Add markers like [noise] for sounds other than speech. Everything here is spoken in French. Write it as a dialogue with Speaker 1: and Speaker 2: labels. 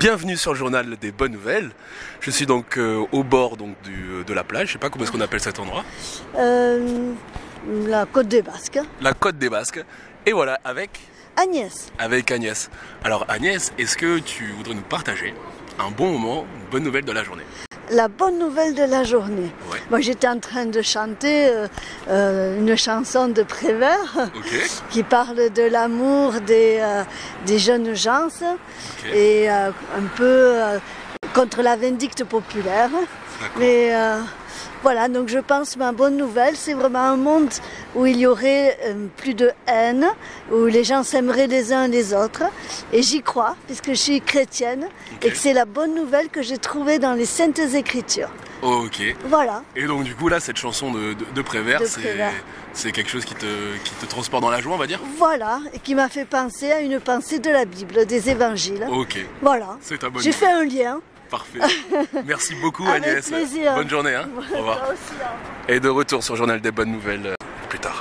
Speaker 1: Bienvenue sur le journal des bonnes nouvelles. Je suis donc euh, au bord donc, du- euh, de la plage. Je sais pas comment est-ce qu'on appelle cet endroit.
Speaker 2: Euh, la Côte des Basques.
Speaker 1: La côte des Basques. Et voilà, avec,
Speaker 2: Agnès,
Speaker 1: avec Agnès. Alors Agnès, est-ce que tu voudrais nous partager un bon moment, une bonne nouvelle de la journée
Speaker 2: la bonne nouvelle de la journée.
Speaker 1: Ouais.
Speaker 2: Moi, j'étais en train de chanter euh, euh, une chanson de Prévert
Speaker 1: Ok.
Speaker 2: qui parle de l'amour des, euh, des jeunes gens
Speaker 1: ok.
Speaker 2: et euh, un peu euh, contre la vindicte populaire.
Speaker 1: D'accord.
Speaker 2: Mais euh, voilà, donc je pense ma bonne nouvelle, c'est vraiment un monde où il y aurait euh, plus de haine, où les gens s'aimeraient les uns les autres. Et j'y crois, puisque je suis chrétienne,
Speaker 1: Ok.
Speaker 2: et que c'est la bonne nouvelle que j'ai trouvée dans les Saintes Écritures.
Speaker 1: Ok.
Speaker 2: Voilà.
Speaker 1: Et donc du coup là, cette chanson de, de, de Prévert,
Speaker 2: De
Speaker 1: c'est-
Speaker 2: Prévert.
Speaker 1: c'est quelque chose qui te, qui te transporte dans la joie, on va dire
Speaker 2: Voilà, et qui m'a fait penser à une pensée de la Bible, des évangiles.
Speaker 1: Ok.
Speaker 2: Voilà.
Speaker 1: C'est ta bonne
Speaker 2: J'ai
Speaker 1: nouvelle.
Speaker 2: fait un lien.
Speaker 1: Parfait. Merci beaucoup
Speaker 2: [laughs] Avec
Speaker 1: Agnès.
Speaker 2: plaisir.
Speaker 1: Bonne journée. Hein. Au revoir.
Speaker 2: [laughs] Toi aussi, hein.
Speaker 1: Et de retour sur le Journal des Bonnes Nouvelles euh, plus tard.